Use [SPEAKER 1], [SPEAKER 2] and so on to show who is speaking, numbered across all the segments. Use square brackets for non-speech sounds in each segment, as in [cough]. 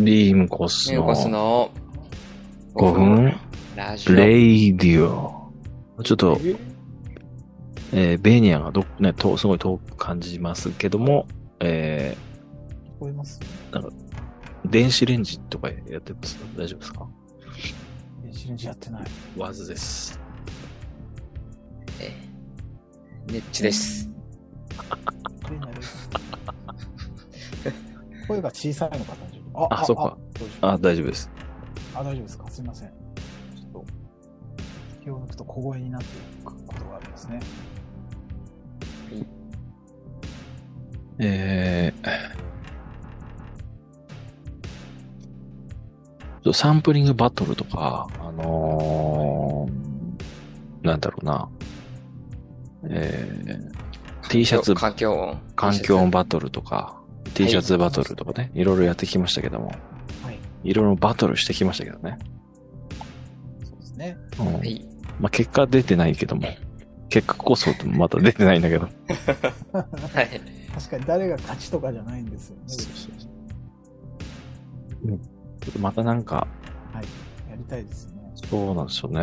[SPEAKER 1] リームコス
[SPEAKER 2] ニューコス
[SPEAKER 1] の
[SPEAKER 2] の
[SPEAKER 1] 5分
[SPEAKER 2] ラジオ。
[SPEAKER 1] レイディオ。ちょっと、
[SPEAKER 2] え
[SPEAKER 1] えーベーニアがど、ね、とすごい遠く感じますけども、え
[SPEAKER 2] 聞こえます
[SPEAKER 1] ー電子レンジとかやってます大丈夫ですか
[SPEAKER 3] 電子レンジやって
[SPEAKER 1] [laughs]
[SPEAKER 3] ない。
[SPEAKER 1] わずです。
[SPEAKER 2] えーネッチです。
[SPEAKER 3] 声がです。声が小さいのか、大丈夫。あ
[SPEAKER 1] あそっか。
[SPEAKER 3] どうしよう
[SPEAKER 1] あ、大丈夫です。
[SPEAKER 3] あ、大丈夫ですか。すみません。ちょっと、気を抜くと小声になっていくことがありますね。
[SPEAKER 1] えーそうサンプリングバトルとか、あのーなんだろうな、えー T シャツ
[SPEAKER 2] 環境音。
[SPEAKER 1] 環境音
[SPEAKER 2] T シ
[SPEAKER 1] バトルとか、T シャツバトルとかね、いろいろやってきましたけども、
[SPEAKER 3] はい。
[SPEAKER 1] いろいろバトルしてきましたけどね。
[SPEAKER 3] そうですね。
[SPEAKER 1] うん
[SPEAKER 2] ャツはい。 [laughs]
[SPEAKER 1] まあ、結果出てないけども、結果こそまだ出てないんだけど。
[SPEAKER 2] はい。
[SPEAKER 3] 確かに誰が勝ちとかじゃないんですよね。
[SPEAKER 1] うんちょっとまたなんか、
[SPEAKER 3] やりたいですよね。
[SPEAKER 1] そうなんですよね。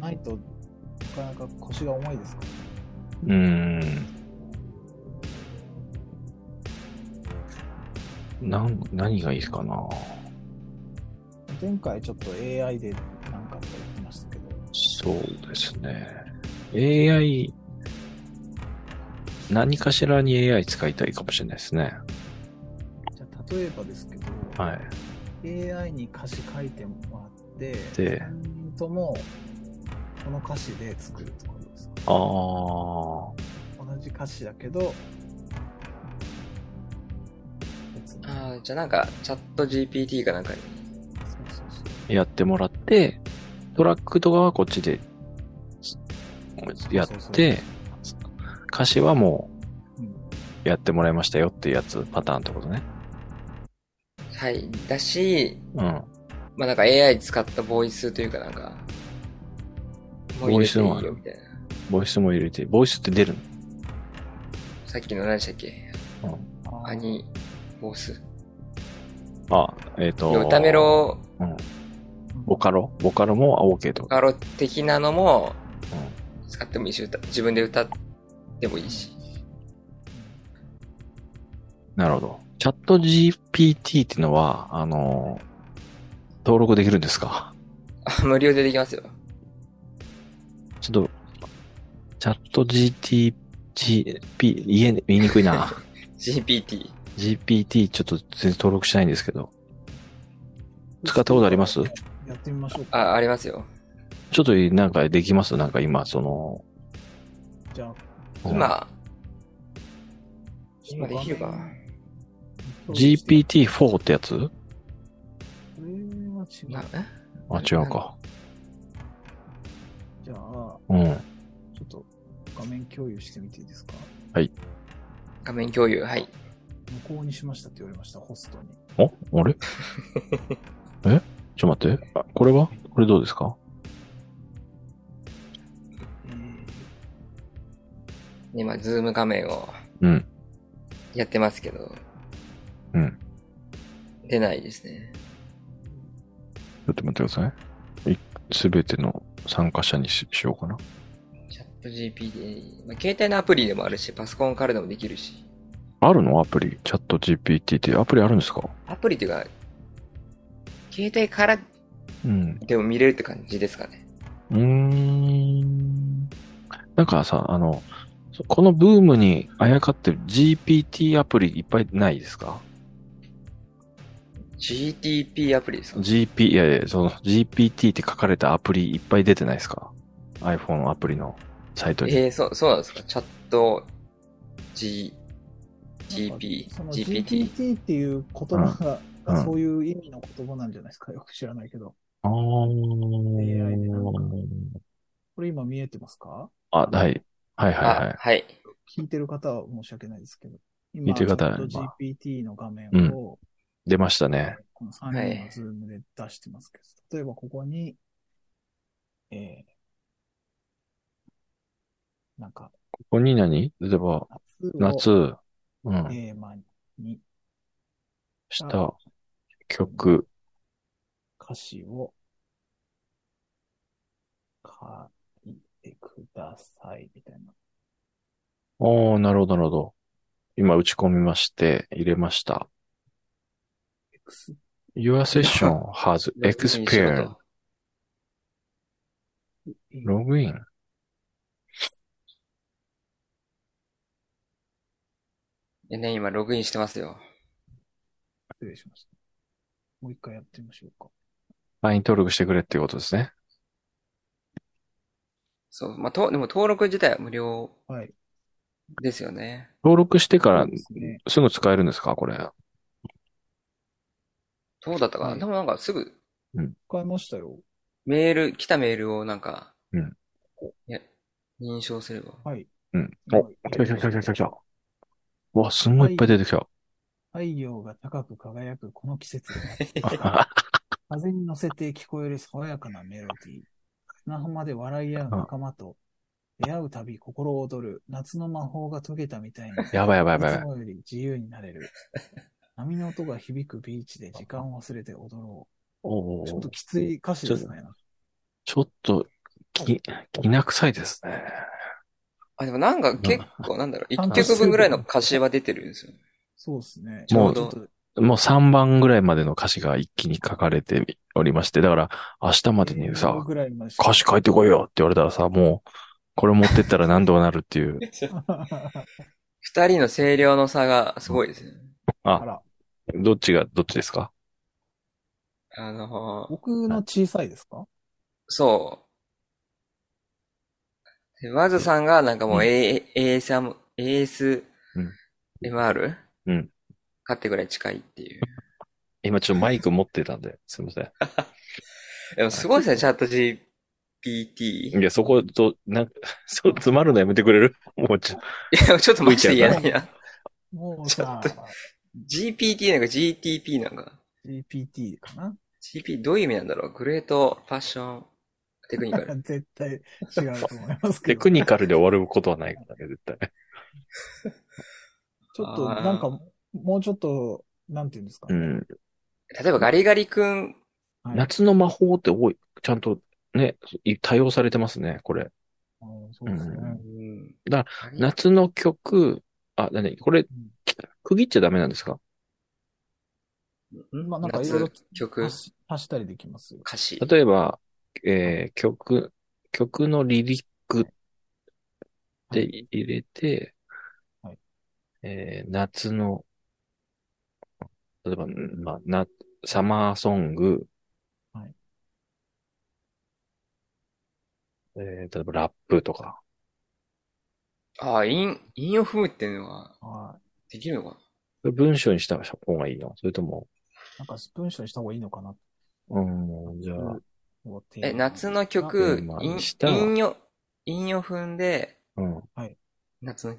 [SPEAKER 3] ないと、なかなか腰が重いですか
[SPEAKER 1] うーん。なん、何がいいかな
[SPEAKER 3] ら。前回ちょっと AI でなんかとか言ってましたけど、
[SPEAKER 1] そうですね。AI、何かしらに AI 使いたいかもしれないですね。
[SPEAKER 3] じゃあ例えばですけど、
[SPEAKER 1] はい。
[SPEAKER 3] AI に歌詞書いてもらって、
[SPEAKER 1] で
[SPEAKER 3] 3人ともこの歌詞で作るところですか。
[SPEAKER 1] あー。
[SPEAKER 3] 同じ歌詞だけど、別に。
[SPEAKER 2] あーじゃあなんか、チャット GPT かなんかに。
[SPEAKER 3] そうそうそう。
[SPEAKER 1] やってもらって、トラックとかはこっちでやっ
[SPEAKER 3] そうそう
[SPEAKER 1] て、歌詞はも
[SPEAKER 3] う
[SPEAKER 1] うやってもらいましたよってやつ、パターンってことね。
[SPEAKER 2] はい。だし、
[SPEAKER 1] うん。
[SPEAKER 2] まあなんか AI 使ったボイスというかなんか、もう入れていい
[SPEAKER 1] ボイスの
[SPEAKER 2] よみたいな。
[SPEAKER 1] ボイスも入れて、ボイスって出る
[SPEAKER 2] さっきの何でしたっけ
[SPEAKER 1] の、
[SPEAKER 3] あー
[SPEAKER 2] アニボス。
[SPEAKER 1] うん、あ、えっ、と。
[SPEAKER 2] 歌メロ、
[SPEAKER 1] うん。ボカロボカロも OK ってこと
[SPEAKER 2] ガロ的なのも
[SPEAKER 1] う
[SPEAKER 2] 使ってもいいし、歌自分で歌ってもいいし。
[SPEAKER 1] んなるほど。チャット GPT っていうのは、あのー登録できるんですか
[SPEAKER 2] あ無料でできますよ。
[SPEAKER 1] ちょっと、チャット GT、GP、言え、言いにくい [laughs] な。
[SPEAKER 2] GPT。
[SPEAKER 1] GPT ちょっと全然登録しないんですけど、使ったことあります
[SPEAKER 3] やってみましょうか。
[SPEAKER 2] あ、ありますよ。
[SPEAKER 1] ちょっとなんかできますなんか今、その、
[SPEAKER 3] じゃあ、
[SPEAKER 1] うん
[SPEAKER 2] 今、
[SPEAKER 3] ちょっと
[SPEAKER 2] 今できるかな
[SPEAKER 3] 画面を共有して。
[SPEAKER 1] GPT4 ってやつ
[SPEAKER 3] これは違
[SPEAKER 2] な
[SPEAKER 3] う。
[SPEAKER 2] え
[SPEAKER 1] あ、違うか。
[SPEAKER 3] じゃあ、
[SPEAKER 1] うん。
[SPEAKER 3] ちょっと画面共有してみていいですか
[SPEAKER 2] 画面共有、はい。
[SPEAKER 3] 無効にしましたって言われました、ホストに。
[SPEAKER 1] おあれえちょっと待って。あこれはこれどうですか
[SPEAKER 3] え
[SPEAKER 2] 今、ズーム画面を
[SPEAKER 1] うん。
[SPEAKER 2] やってますけど。
[SPEAKER 1] うん。
[SPEAKER 2] 出ないですね。
[SPEAKER 1] ちょっと待ってください。すべての参加者にししようかな。
[SPEAKER 2] チャット GPT、まあ、携帯のアプリでもあるし、パソコンからでもできるし。
[SPEAKER 1] あるのアプリ。チャット GPT ってアプリあるんですか
[SPEAKER 2] アプリというか、携帯から
[SPEAKER 1] うん。
[SPEAKER 2] でも見れるって感じですかね。
[SPEAKER 1] うーん。なんかさ、あの、そこのブームにあやかってる GPT アプリいっぱいないですか
[SPEAKER 2] GTP アプリですか
[SPEAKER 1] ?GP、いやいや、その GPT って書かれたアプリいっぱい出てないですか ?iPhone アプリのサイトに。
[SPEAKER 2] えー、そう、そうなんですかチャット G、GP
[SPEAKER 3] ー、そ、の
[SPEAKER 2] GPT。
[SPEAKER 3] GPT っていう言葉
[SPEAKER 1] うんう
[SPEAKER 3] が、
[SPEAKER 1] ん
[SPEAKER 3] そういう意味の言葉なんじゃないですか。よく知らないけど。
[SPEAKER 1] あー
[SPEAKER 3] AI なんかこれ今見えてますか
[SPEAKER 1] あ、はい。はいはいは
[SPEAKER 2] あ、はい。
[SPEAKER 3] 聞いてる方は申し訳ないですけど。今
[SPEAKER 1] 聞いてる方は
[SPEAKER 3] チャット GPT の画面
[SPEAKER 1] うん
[SPEAKER 3] を、
[SPEAKER 1] い。出ましたね。
[SPEAKER 3] この3人のズームで出してますけど、例えばここに、えー、なんか、
[SPEAKER 1] ここに何例えば、
[SPEAKER 3] 夏を
[SPEAKER 1] 夏、うん、
[SPEAKER 3] テーマに、
[SPEAKER 1] した、曲、
[SPEAKER 3] 歌詞を書いてください、みたいな。
[SPEAKER 1] おー、なるほど、なるほど。今打ち込みまして、入れました。
[SPEAKER 3] X
[SPEAKER 1] Your session [laughs] has
[SPEAKER 2] ログインしろと
[SPEAKER 1] expired. ログイン。
[SPEAKER 2] えね、今ログインしてますよ。
[SPEAKER 3] 失礼しました。もう一回やってみましょうか。
[SPEAKER 1] LINE 登録してくれっていうことですね。
[SPEAKER 2] そう。まあ、と、でも登録自体は無料
[SPEAKER 3] はい。
[SPEAKER 2] ですよね。
[SPEAKER 1] 登録してから
[SPEAKER 3] そうですね。
[SPEAKER 1] すぐ使えるんですかこれ。
[SPEAKER 2] どうだったかな、
[SPEAKER 3] はい
[SPEAKER 2] でもなんかすぐ
[SPEAKER 3] 使いましたよ。
[SPEAKER 2] メール、来たメールをなんか、
[SPEAKER 1] うん
[SPEAKER 2] いや、認証すれば。
[SPEAKER 3] はい。
[SPEAKER 1] うん。お、来た来た来た来た来た来た。うわ、すんごいいっぱい出てきた。
[SPEAKER 3] 太陽が高く輝くこの季節で、風に乗せて聞こえる爽やかなメロディー。砂浜で笑い合う仲間と、出会うたび心躍る夏の魔法が解けたみたいに、い
[SPEAKER 1] [laughs] やばいやばいやばい
[SPEAKER 3] つ。もより自由になれる。波の音が響くビーチで時間を忘れて踊ろ
[SPEAKER 1] お
[SPEAKER 3] う。
[SPEAKER 1] ー
[SPEAKER 3] ちょっときつい歌詞ですね。
[SPEAKER 1] ちょっと、き、きな臭いですね。
[SPEAKER 2] あ、でもなんか結構なんだ
[SPEAKER 1] [laughs]
[SPEAKER 2] ろう、
[SPEAKER 3] あ
[SPEAKER 2] 一曲分ぐらいの歌詞は出てるんですよ。
[SPEAKER 3] そうですね。
[SPEAKER 1] もう
[SPEAKER 3] ちょっと
[SPEAKER 1] もう3番ぐらいまでの歌詞が一気に書かれておりまして、だから明日までにさ、
[SPEAKER 3] ぐらいまでしか
[SPEAKER 1] 歌詞書いてこいよって言われたらさ、もう、これ持ってったら何度かなるって
[SPEAKER 3] [laughs]
[SPEAKER 1] いう。
[SPEAKER 2] [laughs] 二人の声量の差がすごいですよね。
[SPEAKER 3] あら、
[SPEAKER 1] どっちが、どっちですか
[SPEAKER 2] あのー、
[SPEAKER 3] 僕の小さいですか
[SPEAKER 2] そう。で、ワズさんがなんかもう
[SPEAKER 1] うん
[SPEAKER 2] A- ASM、ASMR?
[SPEAKER 1] うんうん
[SPEAKER 2] 勝ってぐらい近いっていう。
[SPEAKER 1] 今ちょっとマイク持ってたんで、すいません。
[SPEAKER 2] でもすごいですね、チャット GPT。
[SPEAKER 1] いや、そこと、なん [laughs] か、そう、詰まるのやめてくれる [laughs] もうちょ、
[SPEAKER 2] いや、ちょっとマジで言えないな。
[SPEAKER 3] もうさ
[SPEAKER 2] ち、GPT なんか GTP なんか。
[SPEAKER 3] GPT かな
[SPEAKER 2] GP どういう意味なんだろうグレートパッションテクニカ
[SPEAKER 3] [laughs]
[SPEAKER 2] ル。
[SPEAKER 3] 絶対違うと思いますけ
[SPEAKER 1] テ
[SPEAKER 3] ど。
[SPEAKER 1] クニカルで終わることはないからね、絶対。
[SPEAKER 3] ちょっと、なんか、もうちょっと、なんていうんですか
[SPEAKER 1] う
[SPEAKER 3] ね。
[SPEAKER 1] ん。
[SPEAKER 2] 例えばガリガリ君、
[SPEAKER 3] はい
[SPEAKER 1] 夏の魔法って多い、ちゃんとね、い多用されてますね、これ。
[SPEAKER 3] うんそうですね。
[SPEAKER 2] うん
[SPEAKER 1] だ
[SPEAKER 2] ガリ
[SPEAKER 1] 夏の曲、あ、なに、これ、区切っちゃダメなんですか
[SPEAKER 2] うん
[SPEAKER 3] まあなんかいろいろ
[SPEAKER 2] 夏曲、
[SPEAKER 3] 足し足したりできますよ。
[SPEAKER 2] 歌詞。
[SPEAKER 1] 例えば、えー曲、曲のリリックで入れて、
[SPEAKER 3] はい
[SPEAKER 1] えー夏の、例えば、まあ、な、サマーソング、
[SPEAKER 3] はい
[SPEAKER 1] えー例えばラップとか、
[SPEAKER 2] ああ、韻、韻を踏むっていうのは
[SPEAKER 3] はい。
[SPEAKER 2] できるのかな
[SPEAKER 1] 文章にした方がいいのそれとも、
[SPEAKER 3] なんか、スプーンションした方がいいのかな
[SPEAKER 1] うん、じゃあ、
[SPEAKER 2] え、夏の
[SPEAKER 1] う
[SPEAKER 2] 曲、
[SPEAKER 1] んまあ
[SPEAKER 2] 韻、
[SPEAKER 1] した
[SPEAKER 2] 韻を、韻を踏んで、
[SPEAKER 1] うん。
[SPEAKER 2] 夏の、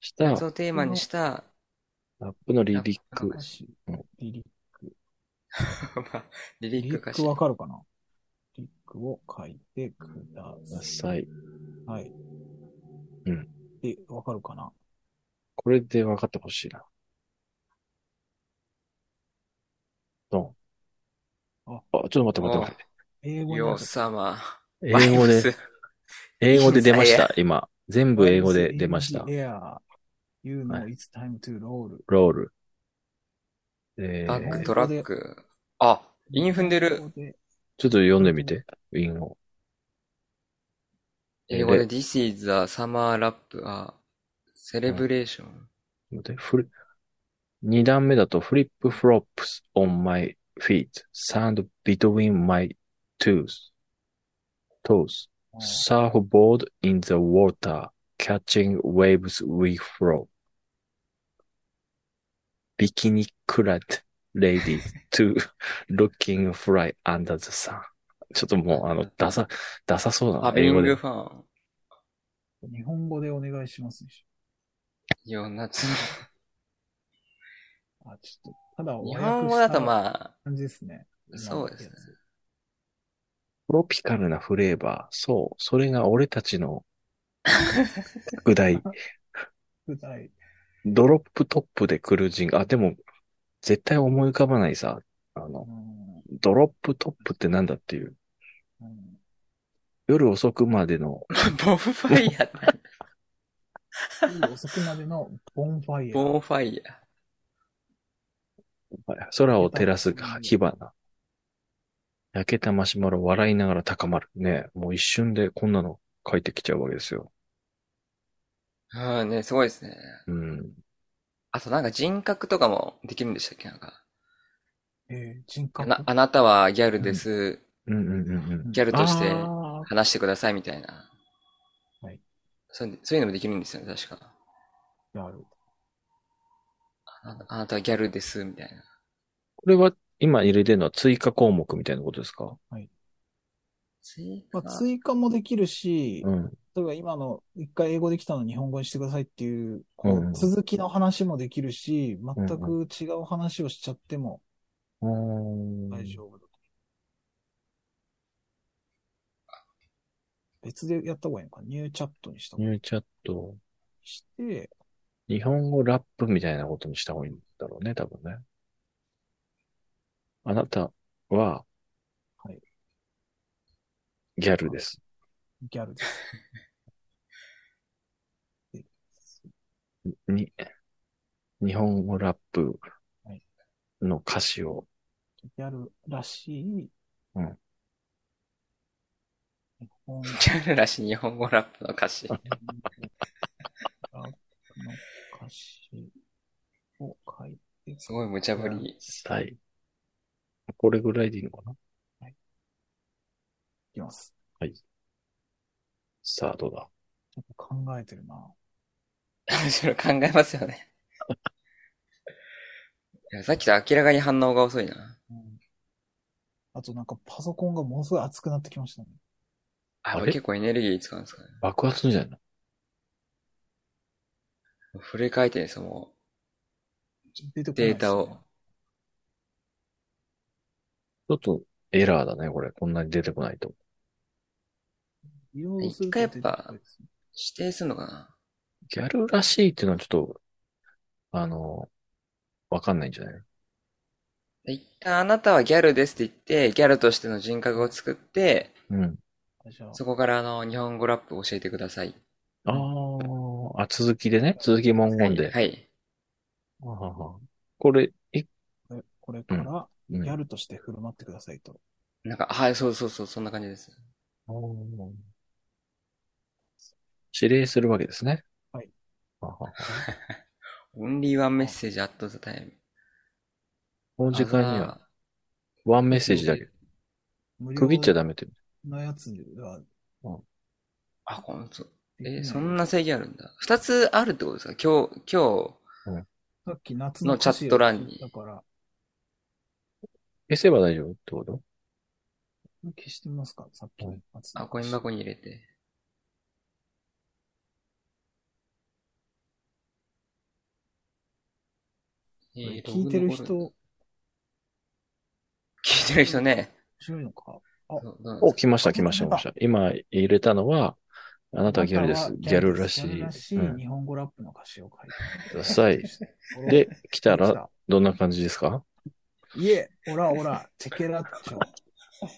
[SPEAKER 1] した、ラ
[SPEAKER 2] 夏をテーマにした、
[SPEAKER 1] ップのリリック
[SPEAKER 3] 歌、詞
[SPEAKER 1] うん
[SPEAKER 3] リリッ
[SPEAKER 2] [laughs] まあリ
[SPEAKER 3] ク。リ
[SPEAKER 2] リッ
[SPEAKER 3] リ
[SPEAKER 2] ク
[SPEAKER 3] ッ
[SPEAKER 2] 歌
[SPEAKER 3] ク
[SPEAKER 2] 詞。
[SPEAKER 3] わかるかなリリックを書いてくだ
[SPEAKER 1] く
[SPEAKER 3] さい。
[SPEAKER 1] ださい。
[SPEAKER 3] はい。
[SPEAKER 1] うん。
[SPEAKER 3] で、わかるかな
[SPEAKER 1] これで分かってほしいな。ドン。
[SPEAKER 3] あ
[SPEAKER 1] あ、ちょっと待って待って待って。
[SPEAKER 3] 英語にな
[SPEAKER 2] よ
[SPEAKER 3] っちゃっ
[SPEAKER 2] さま。
[SPEAKER 1] 英語で、。英語で出ました、今。全
[SPEAKER 3] た
[SPEAKER 1] 部英語で出ました。
[SPEAKER 3] エア You know
[SPEAKER 1] は
[SPEAKER 3] it's time to roll.
[SPEAKER 1] ロール。え
[SPEAKER 2] バッ
[SPEAKER 1] ー
[SPEAKER 2] ク、トラック。あ、韻踏んでる。
[SPEAKER 3] で。
[SPEAKER 1] ちょっと読んでみて、ウィンを。
[SPEAKER 2] 英語で This is a summer rap, a celebration.
[SPEAKER 1] でフリ二段目だと、フリップフロップス on my feet, sand between my toes, toes,
[SPEAKER 3] うん
[SPEAKER 1] surfboard in the water, catching waves we throw. Bikini clad lady to [laughs] looking fly under the sun. ちょっともう、あの、ダサ、ダサそうだ
[SPEAKER 2] ハ
[SPEAKER 1] な、
[SPEAKER 2] ビ
[SPEAKER 1] 英
[SPEAKER 2] ン
[SPEAKER 1] 語
[SPEAKER 2] グ
[SPEAKER 1] で。
[SPEAKER 2] ファン。
[SPEAKER 3] 日本語でお願いしますでし
[SPEAKER 2] よ、夏
[SPEAKER 3] ょ。あ、ちょっと、ただ
[SPEAKER 2] の。
[SPEAKER 3] 和
[SPEAKER 2] 日
[SPEAKER 3] 訳
[SPEAKER 2] 本語だと
[SPEAKER 3] あ。
[SPEAKER 2] ま
[SPEAKER 3] 感じですね。
[SPEAKER 2] あ、そうですね。
[SPEAKER 1] トロピカルなフレーバー。そう、それが俺たち
[SPEAKER 2] [laughs]
[SPEAKER 1] の拡大。
[SPEAKER 3] 舞台。
[SPEAKER 1] ドロップトップでクルージング。あ、でも、絶対思い浮かばないさ。あの、
[SPEAKER 3] うん
[SPEAKER 1] ドロップトップってなんだっていう、
[SPEAKER 3] うん
[SPEAKER 1] 夜遅くまでの、
[SPEAKER 2] [laughs] ボンファ
[SPEAKER 1] [laughs]
[SPEAKER 2] イヤーだ。
[SPEAKER 3] 夜遅くまでのボンファイヤー。
[SPEAKER 2] ボンファイヤ
[SPEAKER 1] 空を照らす火花。焼けたマシュマロ笑いながら高まる。ねもう一瞬でこんなの書いてきちゃうわけですよ。
[SPEAKER 2] ー。うん、ね、すごいですね。
[SPEAKER 1] うん。
[SPEAKER 2] あとなんか人格とかもできるんでしたっけなんか。
[SPEAKER 3] えー人
[SPEAKER 2] あ
[SPEAKER 3] 格。
[SPEAKER 2] なあなたはギャルです。
[SPEAKER 1] うんうんうんうん。
[SPEAKER 2] ギャルとして
[SPEAKER 1] あ
[SPEAKER 2] 話してくださいみたいな。
[SPEAKER 3] はい
[SPEAKER 2] そう。そういうのもできるんですよね、確か。
[SPEAKER 3] なる
[SPEAKER 2] あなあなたはギャルです、みたいな。
[SPEAKER 1] これは今入れてるのは追加項目みたいなことですか
[SPEAKER 2] 追
[SPEAKER 3] ま
[SPEAKER 2] 加
[SPEAKER 3] あ、追加もできるし、
[SPEAKER 1] うん。
[SPEAKER 3] 例えば今の一回英語できたのを日本語にしてくださいっていう、こ
[SPEAKER 1] うん
[SPEAKER 3] う続きの話もできるし、
[SPEAKER 1] ん
[SPEAKER 3] 全く違う話をしちゃっても大丈夫だと。別でやった方がいいのか。ニューチャットにした方
[SPEAKER 1] ニ
[SPEAKER 3] が
[SPEAKER 1] ューチャット、
[SPEAKER 3] して、
[SPEAKER 1] 日本語ラップみたいなことにした方がいいんだろうね、多分ね。あなたは、
[SPEAKER 3] はい
[SPEAKER 1] ギャルです。
[SPEAKER 3] ギャルです。で
[SPEAKER 1] に、日本語ラップ
[SPEAKER 3] はい
[SPEAKER 1] の歌詞を、
[SPEAKER 3] ギャルらしい、
[SPEAKER 1] うん
[SPEAKER 3] 日本
[SPEAKER 2] ギャルらしい日本語ラップの歌詞。
[SPEAKER 3] ラップの歌詞を書いて、
[SPEAKER 2] すごい無茶ぶ
[SPEAKER 3] い
[SPEAKER 2] り。
[SPEAKER 1] はい。これぐらいでいいのかな
[SPEAKER 3] きます。
[SPEAKER 1] さあ、どうだ
[SPEAKER 3] ちょっと考えてるな。
[SPEAKER 2] むしろ考えます
[SPEAKER 1] [laughs]
[SPEAKER 2] よね。いやさっきと明らかに反応が遅いな。
[SPEAKER 3] うんあとなんかパソコンがものすごい熱くなってきましたね。
[SPEAKER 2] あ、
[SPEAKER 1] あれ
[SPEAKER 2] これ結構エネルギー使うんですかね。
[SPEAKER 1] 爆発するんじゃないの
[SPEAKER 2] もうフル回転ですよ、も
[SPEAKER 3] 出て
[SPEAKER 2] う。
[SPEAKER 3] こないです
[SPEAKER 2] デー
[SPEAKER 3] ね
[SPEAKER 2] タを。
[SPEAKER 1] ちょっとエラーだね、これ。こんなに出てこないと。
[SPEAKER 3] 移動すると
[SPEAKER 2] 一回やっぱ
[SPEAKER 3] 出てこないですね
[SPEAKER 2] 指定するのかな
[SPEAKER 1] ギャルらしいっていうのはちょっと、あの、わかんないんじゃない
[SPEAKER 2] で一旦あなたはギャルですって言って、ギャルとしての人格を作って、
[SPEAKER 1] うん。
[SPEAKER 3] じゃあ
[SPEAKER 2] そこからあの、日本語ラップを教えてください。
[SPEAKER 1] ああ、あ、続きでね。続き文言で。
[SPEAKER 2] はい。
[SPEAKER 1] あははこれ、い、
[SPEAKER 3] これこれから
[SPEAKER 1] う
[SPEAKER 3] ギ
[SPEAKER 1] ん
[SPEAKER 3] ャルとして振る舞ってくださいと。
[SPEAKER 2] なんか、はい、そうそうそう、そんな感じです。
[SPEAKER 1] 指令するわけですね。
[SPEAKER 3] はい
[SPEAKER 1] はは。
[SPEAKER 2] オンリーワンメッセージアットザタイム。
[SPEAKER 1] この時間には、ワンメッセージだけ。
[SPEAKER 3] 無料
[SPEAKER 1] 区切っちゃダメって。
[SPEAKER 3] のやつは、
[SPEAKER 2] あ、この、そう
[SPEAKER 3] できない
[SPEAKER 2] えーそんな制限あるんだ。二つあるってことですか今日、今
[SPEAKER 3] さっき夏
[SPEAKER 2] のチャット欄に
[SPEAKER 3] だから、
[SPEAKER 1] 消せば大丈夫ってこと
[SPEAKER 3] 消してみますかさっきのやつ
[SPEAKER 2] 日、あ、コイン箱に入れて。
[SPEAKER 3] こ
[SPEAKER 2] え
[SPEAKER 3] れ
[SPEAKER 2] ー
[SPEAKER 3] 聞いてる。
[SPEAKER 2] ログ残
[SPEAKER 3] 人、
[SPEAKER 2] 聞いてる人ね。
[SPEAKER 3] 強いのかあ
[SPEAKER 2] どどうなんです
[SPEAKER 1] お、
[SPEAKER 2] か
[SPEAKER 1] 来ました、来ました、来ました。今入れたのは、あなたはギャルで
[SPEAKER 3] あ
[SPEAKER 1] す。
[SPEAKER 3] なたは
[SPEAKER 1] ギャルらし
[SPEAKER 3] ギャル
[SPEAKER 1] い。
[SPEAKER 3] らしい
[SPEAKER 1] うん
[SPEAKER 3] 日本語ラップの歌詞を書いて
[SPEAKER 1] くだ
[SPEAKER 3] [laughs]
[SPEAKER 1] さい。
[SPEAKER 3] おら
[SPEAKER 1] で、来た
[SPEAKER 3] 来
[SPEAKER 1] ら、どんな感じですか
[SPEAKER 3] いえ、オラオラ、チェケラッ
[SPEAKER 1] [laughs]
[SPEAKER 3] チョ。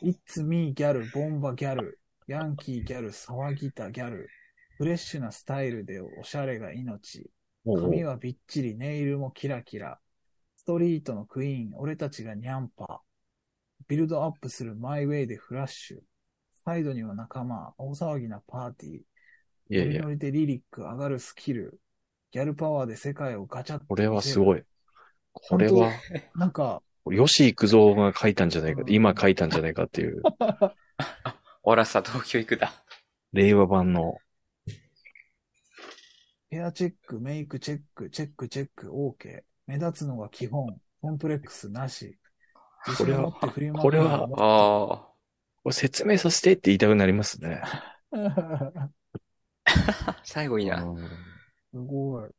[SPEAKER 3] イッツミーギャル、ボンバギャル、ヤンキーギャル、騒ぎたギャル。フレッシュなスタイルでおしゃれが命。
[SPEAKER 1] おうおう
[SPEAKER 3] 髪はびっちり、ネイルもキラキラ。ストリートのクイーン、俺たちがニャンパ。ビルドアップするマイウェイでフラッシュ。サイドには仲間、大騒ぎなパーティー。
[SPEAKER 1] い
[SPEAKER 3] ノ
[SPEAKER 1] やい
[SPEAKER 3] リ
[SPEAKER 1] や
[SPEAKER 3] ノ、リでリリック上がるスキル。ギャルパワーで世界をガチャッと
[SPEAKER 1] これはす
[SPEAKER 3] い。
[SPEAKER 1] ごい。これは、
[SPEAKER 3] なんか、
[SPEAKER 1] よし行くぞが書いたんじゃないか
[SPEAKER 3] う、ん
[SPEAKER 1] 今書いたんじゃないかっ
[SPEAKER 3] [laughs]
[SPEAKER 1] ていう、
[SPEAKER 2] オラさ、東京行くだ。
[SPEAKER 1] 令和版の、
[SPEAKER 3] ヘアチェック、メイクチェック、チェックチェック、OK。目立つのが基本、コンプレックスなし。自信を持って振り回
[SPEAKER 1] これは
[SPEAKER 2] ああ。
[SPEAKER 1] これ説明させてって言いたくなりますね。
[SPEAKER 2] 最後いいな。
[SPEAKER 3] [laughs] すごい。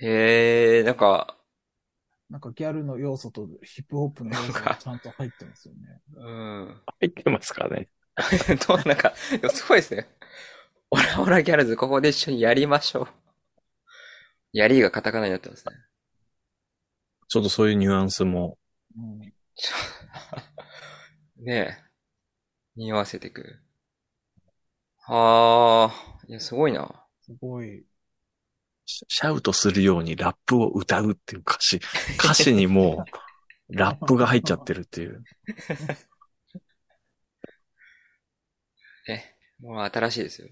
[SPEAKER 2] へえ、なんか、
[SPEAKER 3] なんかギャルの要素とヒップホップの要素がちゃんと入ってますよね。
[SPEAKER 2] うん。
[SPEAKER 1] 入ってますからね。
[SPEAKER 2] [laughs] どうなんか、でもすごいですね。オラオラギャルズ、ここで一緒にやりましょう。やりがカタカナになってますね。
[SPEAKER 1] ちょっとそういうニュアンスも、
[SPEAKER 3] うん
[SPEAKER 2] ちょ [laughs] ねえ。匂わせてくる。はあ、いや、すごいな。
[SPEAKER 3] すごい。
[SPEAKER 1] シシャウトするようにラップを歌うっていう歌
[SPEAKER 2] [laughs]
[SPEAKER 1] 詞、歌詞にもう、ラップが入っちゃってるっていう。
[SPEAKER 2] ね。もう新しいですよ。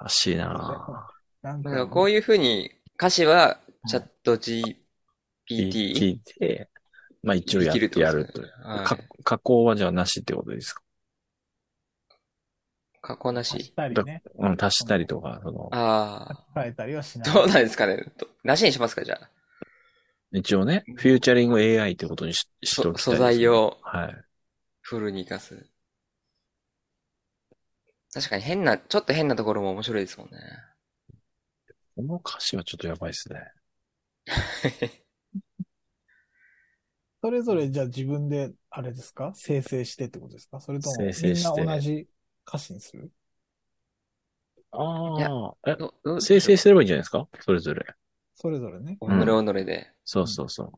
[SPEAKER 1] らしいな
[SPEAKER 3] なん
[SPEAKER 2] だからこういう風に歌詞はチャット GPT
[SPEAKER 1] 聞いて、まあ一応
[SPEAKER 2] で
[SPEAKER 1] や
[SPEAKER 2] きるって
[SPEAKER 1] やると
[SPEAKER 2] こ
[SPEAKER 1] い
[SPEAKER 2] と
[SPEAKER 1] う
[SPEAKER 2] ですね。。はい
[SPEAKER 1] か加工はじゃあなしってことですか
[SPEAKER 2] 加工な
[SPEAKER 3] 足し
[SPEAKER 2] し。
[SPEAKER 3] たりね。
[SPEAKER 1] うん、足したりとか、その、
[SPEAKER 2] あ
[SPEAKER 3] 変えたりはし
[SPEAKER 2] あ。
[SPEAKER 3] ない。
[SPEAKER 2] どうなんですかね。どなしにしますか、じゃあ。
[SPEAKER 1] 一応ね、フューチャリング AI ってことにししと
[SPEAKER 2] そ
[SPEAKER 1] きたい
[SPEAKER 2] 素
[SPEAKER 1] ですね
[SPEAKER 2] 材。を
[SPEAKER 1] はい。
[SPEAKER 2] フルに活かす。確かに変な、ちょっと変なところも面白いですも
[SPEAKER 1] [laughs]
[SPEAKER 2] んね。
[SPEAKER 1] この歌詞はちょっとやばいですね。
[SPEAKER 3] それぞれじゃあ自分で、あれですか生成してってことですかそれとも、
[SPEAKER 1] 生成
[SPEAKER 3] みん
[SPEAKER 1] して
[SPEAKER 3] な同じ歌詞にする
[SPEAKER 2] いや
[SPEAKER 1] ああ、え、
[SPEAKER 2] どどう
[SPEAKER 1] 生成すればいいんじゃないですかそれぞれ。
[SPEAKER 3] それぞれね。
[SPEAKER 2] おのれおのれで。
[SPEAKER 1] そうそうそう。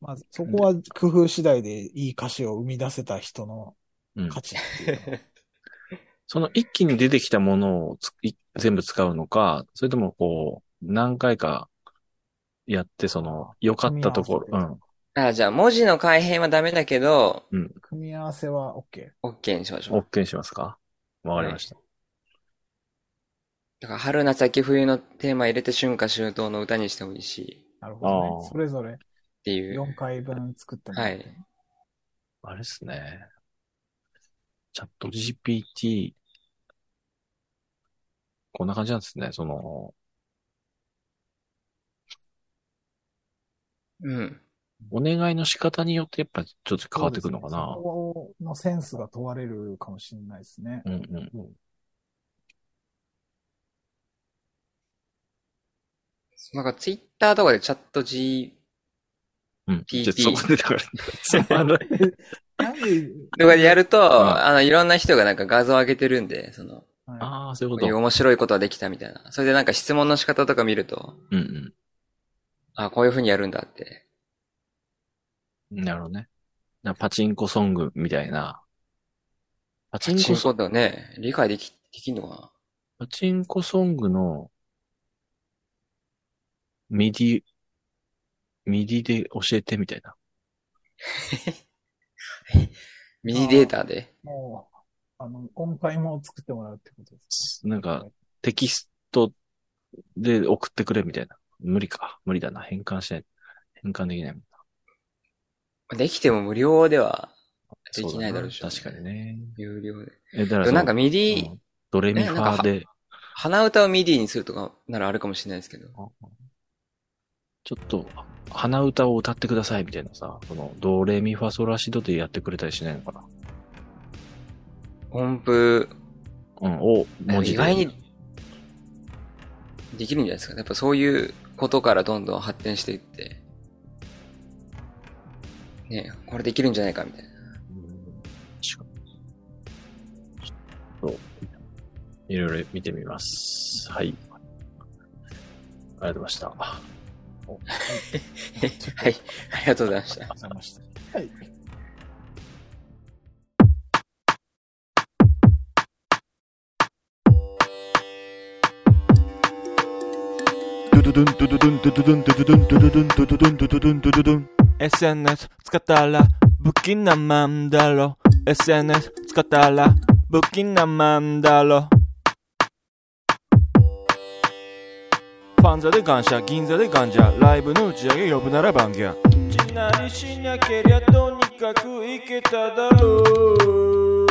[SPEAKER 3] まず、そこは工夫次第でいい歌詞を生み出せた人の
[SPEAKER 1] うん
[SPEAKER 3] 価値っていうのは。
[SPEAKER 1] その一気に出てきたものをつい全部使うのか、それともこう、何回かやって、その、良かったとこ
[SPEAKER 3] 組み合わ
[SPEAKER 1] ろ、
[SPEAKER 2] [laughs] ああ、じゃあ文字の改変はダメだけど、
[SPEAKER 1] [laughs]
[SPEAKER 3] 組み合わせは OK。
[SPEAKER 2] OK にしまし
[SPEAKER 1] うん、
[SPEAKER 2] ょう。
[SPEAKER 1] OK にしますかわかりました。
[SPEAKER 2] だから春夏秋冬のテーマ入れて春夏秋冬の歌にしてもいいし、
[SPEAKER 3] なるほど
[SPEAKER 1] あ
[SPEAKER 3] ね。
[SPEAKER 1] ー
[SPEAKER 3] それぞれ
[SPEAKER 2] っていう。
[SPEAKER 3] 4回分作ってもら
[SPEAKER 2] は
[SPEAKER 3] って
[SPEAKER 2] い。
[SPEAKER 1] あれですね。チャット GPT。こんな感じなんですね。その、
[SPEAKER 2] うん。
[SPEAKER 1] お願いの仕方によってやっぱちょっと変わってくるのかな
[SPEAKER 3] そ。このセンスが問われるかもしれないですね。
[SPEAKER 1] うんうんうん。
[SPEAKER 2] なんかツイッターとかでチャット G
[SPEAKER 1] うん。
[SPEAKER 2] PT
[SPEAKER 1] じゃあそこで
[SPEAKER 3] [laughs]
[SPEAKER 1] だから、つまんない
[SPEAKER 3] なんで、
[SPEAKER 2] とかでやると、
[SPEAKER 1] ん
[SPEAKER 2] あの、いろんな人がなんか画像を上げてるんで、その、
[SPEAKER 3] はい
[SPEAKER 1] [laughs] ああ、そういう
[SPEAKER 2] こ
[SPEAKER 1] こ
[SPEAKER 2] ういう
[SPEAKER 1] と。
[SPEAKER 2] 面白いことができたみたいな。それでなんか質問の仕方とか見ると、
[SPEAKER 1] うん
[SPEAKER 2] あ、こういう風にやるんだって。
[SPEAKER 1] うん。なるほどね。なんかパチンコソングみたいな。パチンコ
[SPEAKER 2] そういう
[SPEAKER 1] ソ
[SPEAKER 2] こ
[SPEAKER 1] ング、
[SPEAKER 2] とね、理解でき、できんのかな
[SPEAKER 1] パチンコソングの、ミディ、ミディで教えてみたいな。
[SPEAKER 2] ミニデータで。
[SPEAKER 3] もう、あの、音階も作ってもらうってことです
[SPEAKER 1] なんか、テキストで送ってくれみたいな。無理か。無理だな。変換しない。変換できないもんな。
[SPEAKER 2] できても無料ではできないだろうし
[SPEAKER 1] そ確かにね。
[SPEAKER 2] 有料で。
[SPEAKER 1] え、だか
[SPEAKER 2] で
[SPEAKER 1] ら
[SPEAKER 2] も
[SPEAKER 1] その
[SPEAKER 2] なんかミデ
[SPEAKER 1] う
[SPEAKER 2] ィ、
[SPEAKER 1] んドレミファーで、
[SPEAKER 2] 鼻歌をミディにするとかならあるかもしれないですけど。
[SPEAKER 1] ちょっと、鼻歌を歌ってくださいみたいなさ、その、ドレミファソラシドでやってくれたりしないのかな。
[SPEAKER 2] 音符、
[SPEAKER 1] うん、を文字で。
[SPEAKER 2] 意外にできるんじゃないですか。やっぱそういうことからどんどん発展していって。ねこれできるんじゃないか
[SPEAKER 1] [laughs]
[SPEAKER 2] みたいな。
[SPEAKER 1] うん。確かにちょっと、いろいろ見てみます。はい。ありがとうございました。
[SPEAKER 2] はい。ありがとうございました。
[SPEAKER 3] ね。わかりましたはい。
[SPEAKER 4] SNS 使ったら不気なまんだろ SNS 使ったら不気なまんだろパンザで感謝銀座で感謝ライブの打ち上げ呼ぶなら番ギャしないしなけりゃとにかくいけただろう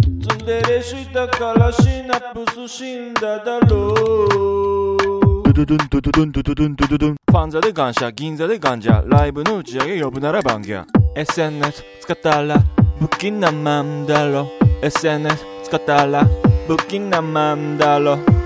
[SPEAKER 4] ツンデレしたからシナプス死んだだろうファンザで感謝、銀座で感謝、ライブの打ち上げ呼ぶなら番ギャ。SNS 使ったら、不気なまんだろ。SNS 使ったら、不気なまんだろ。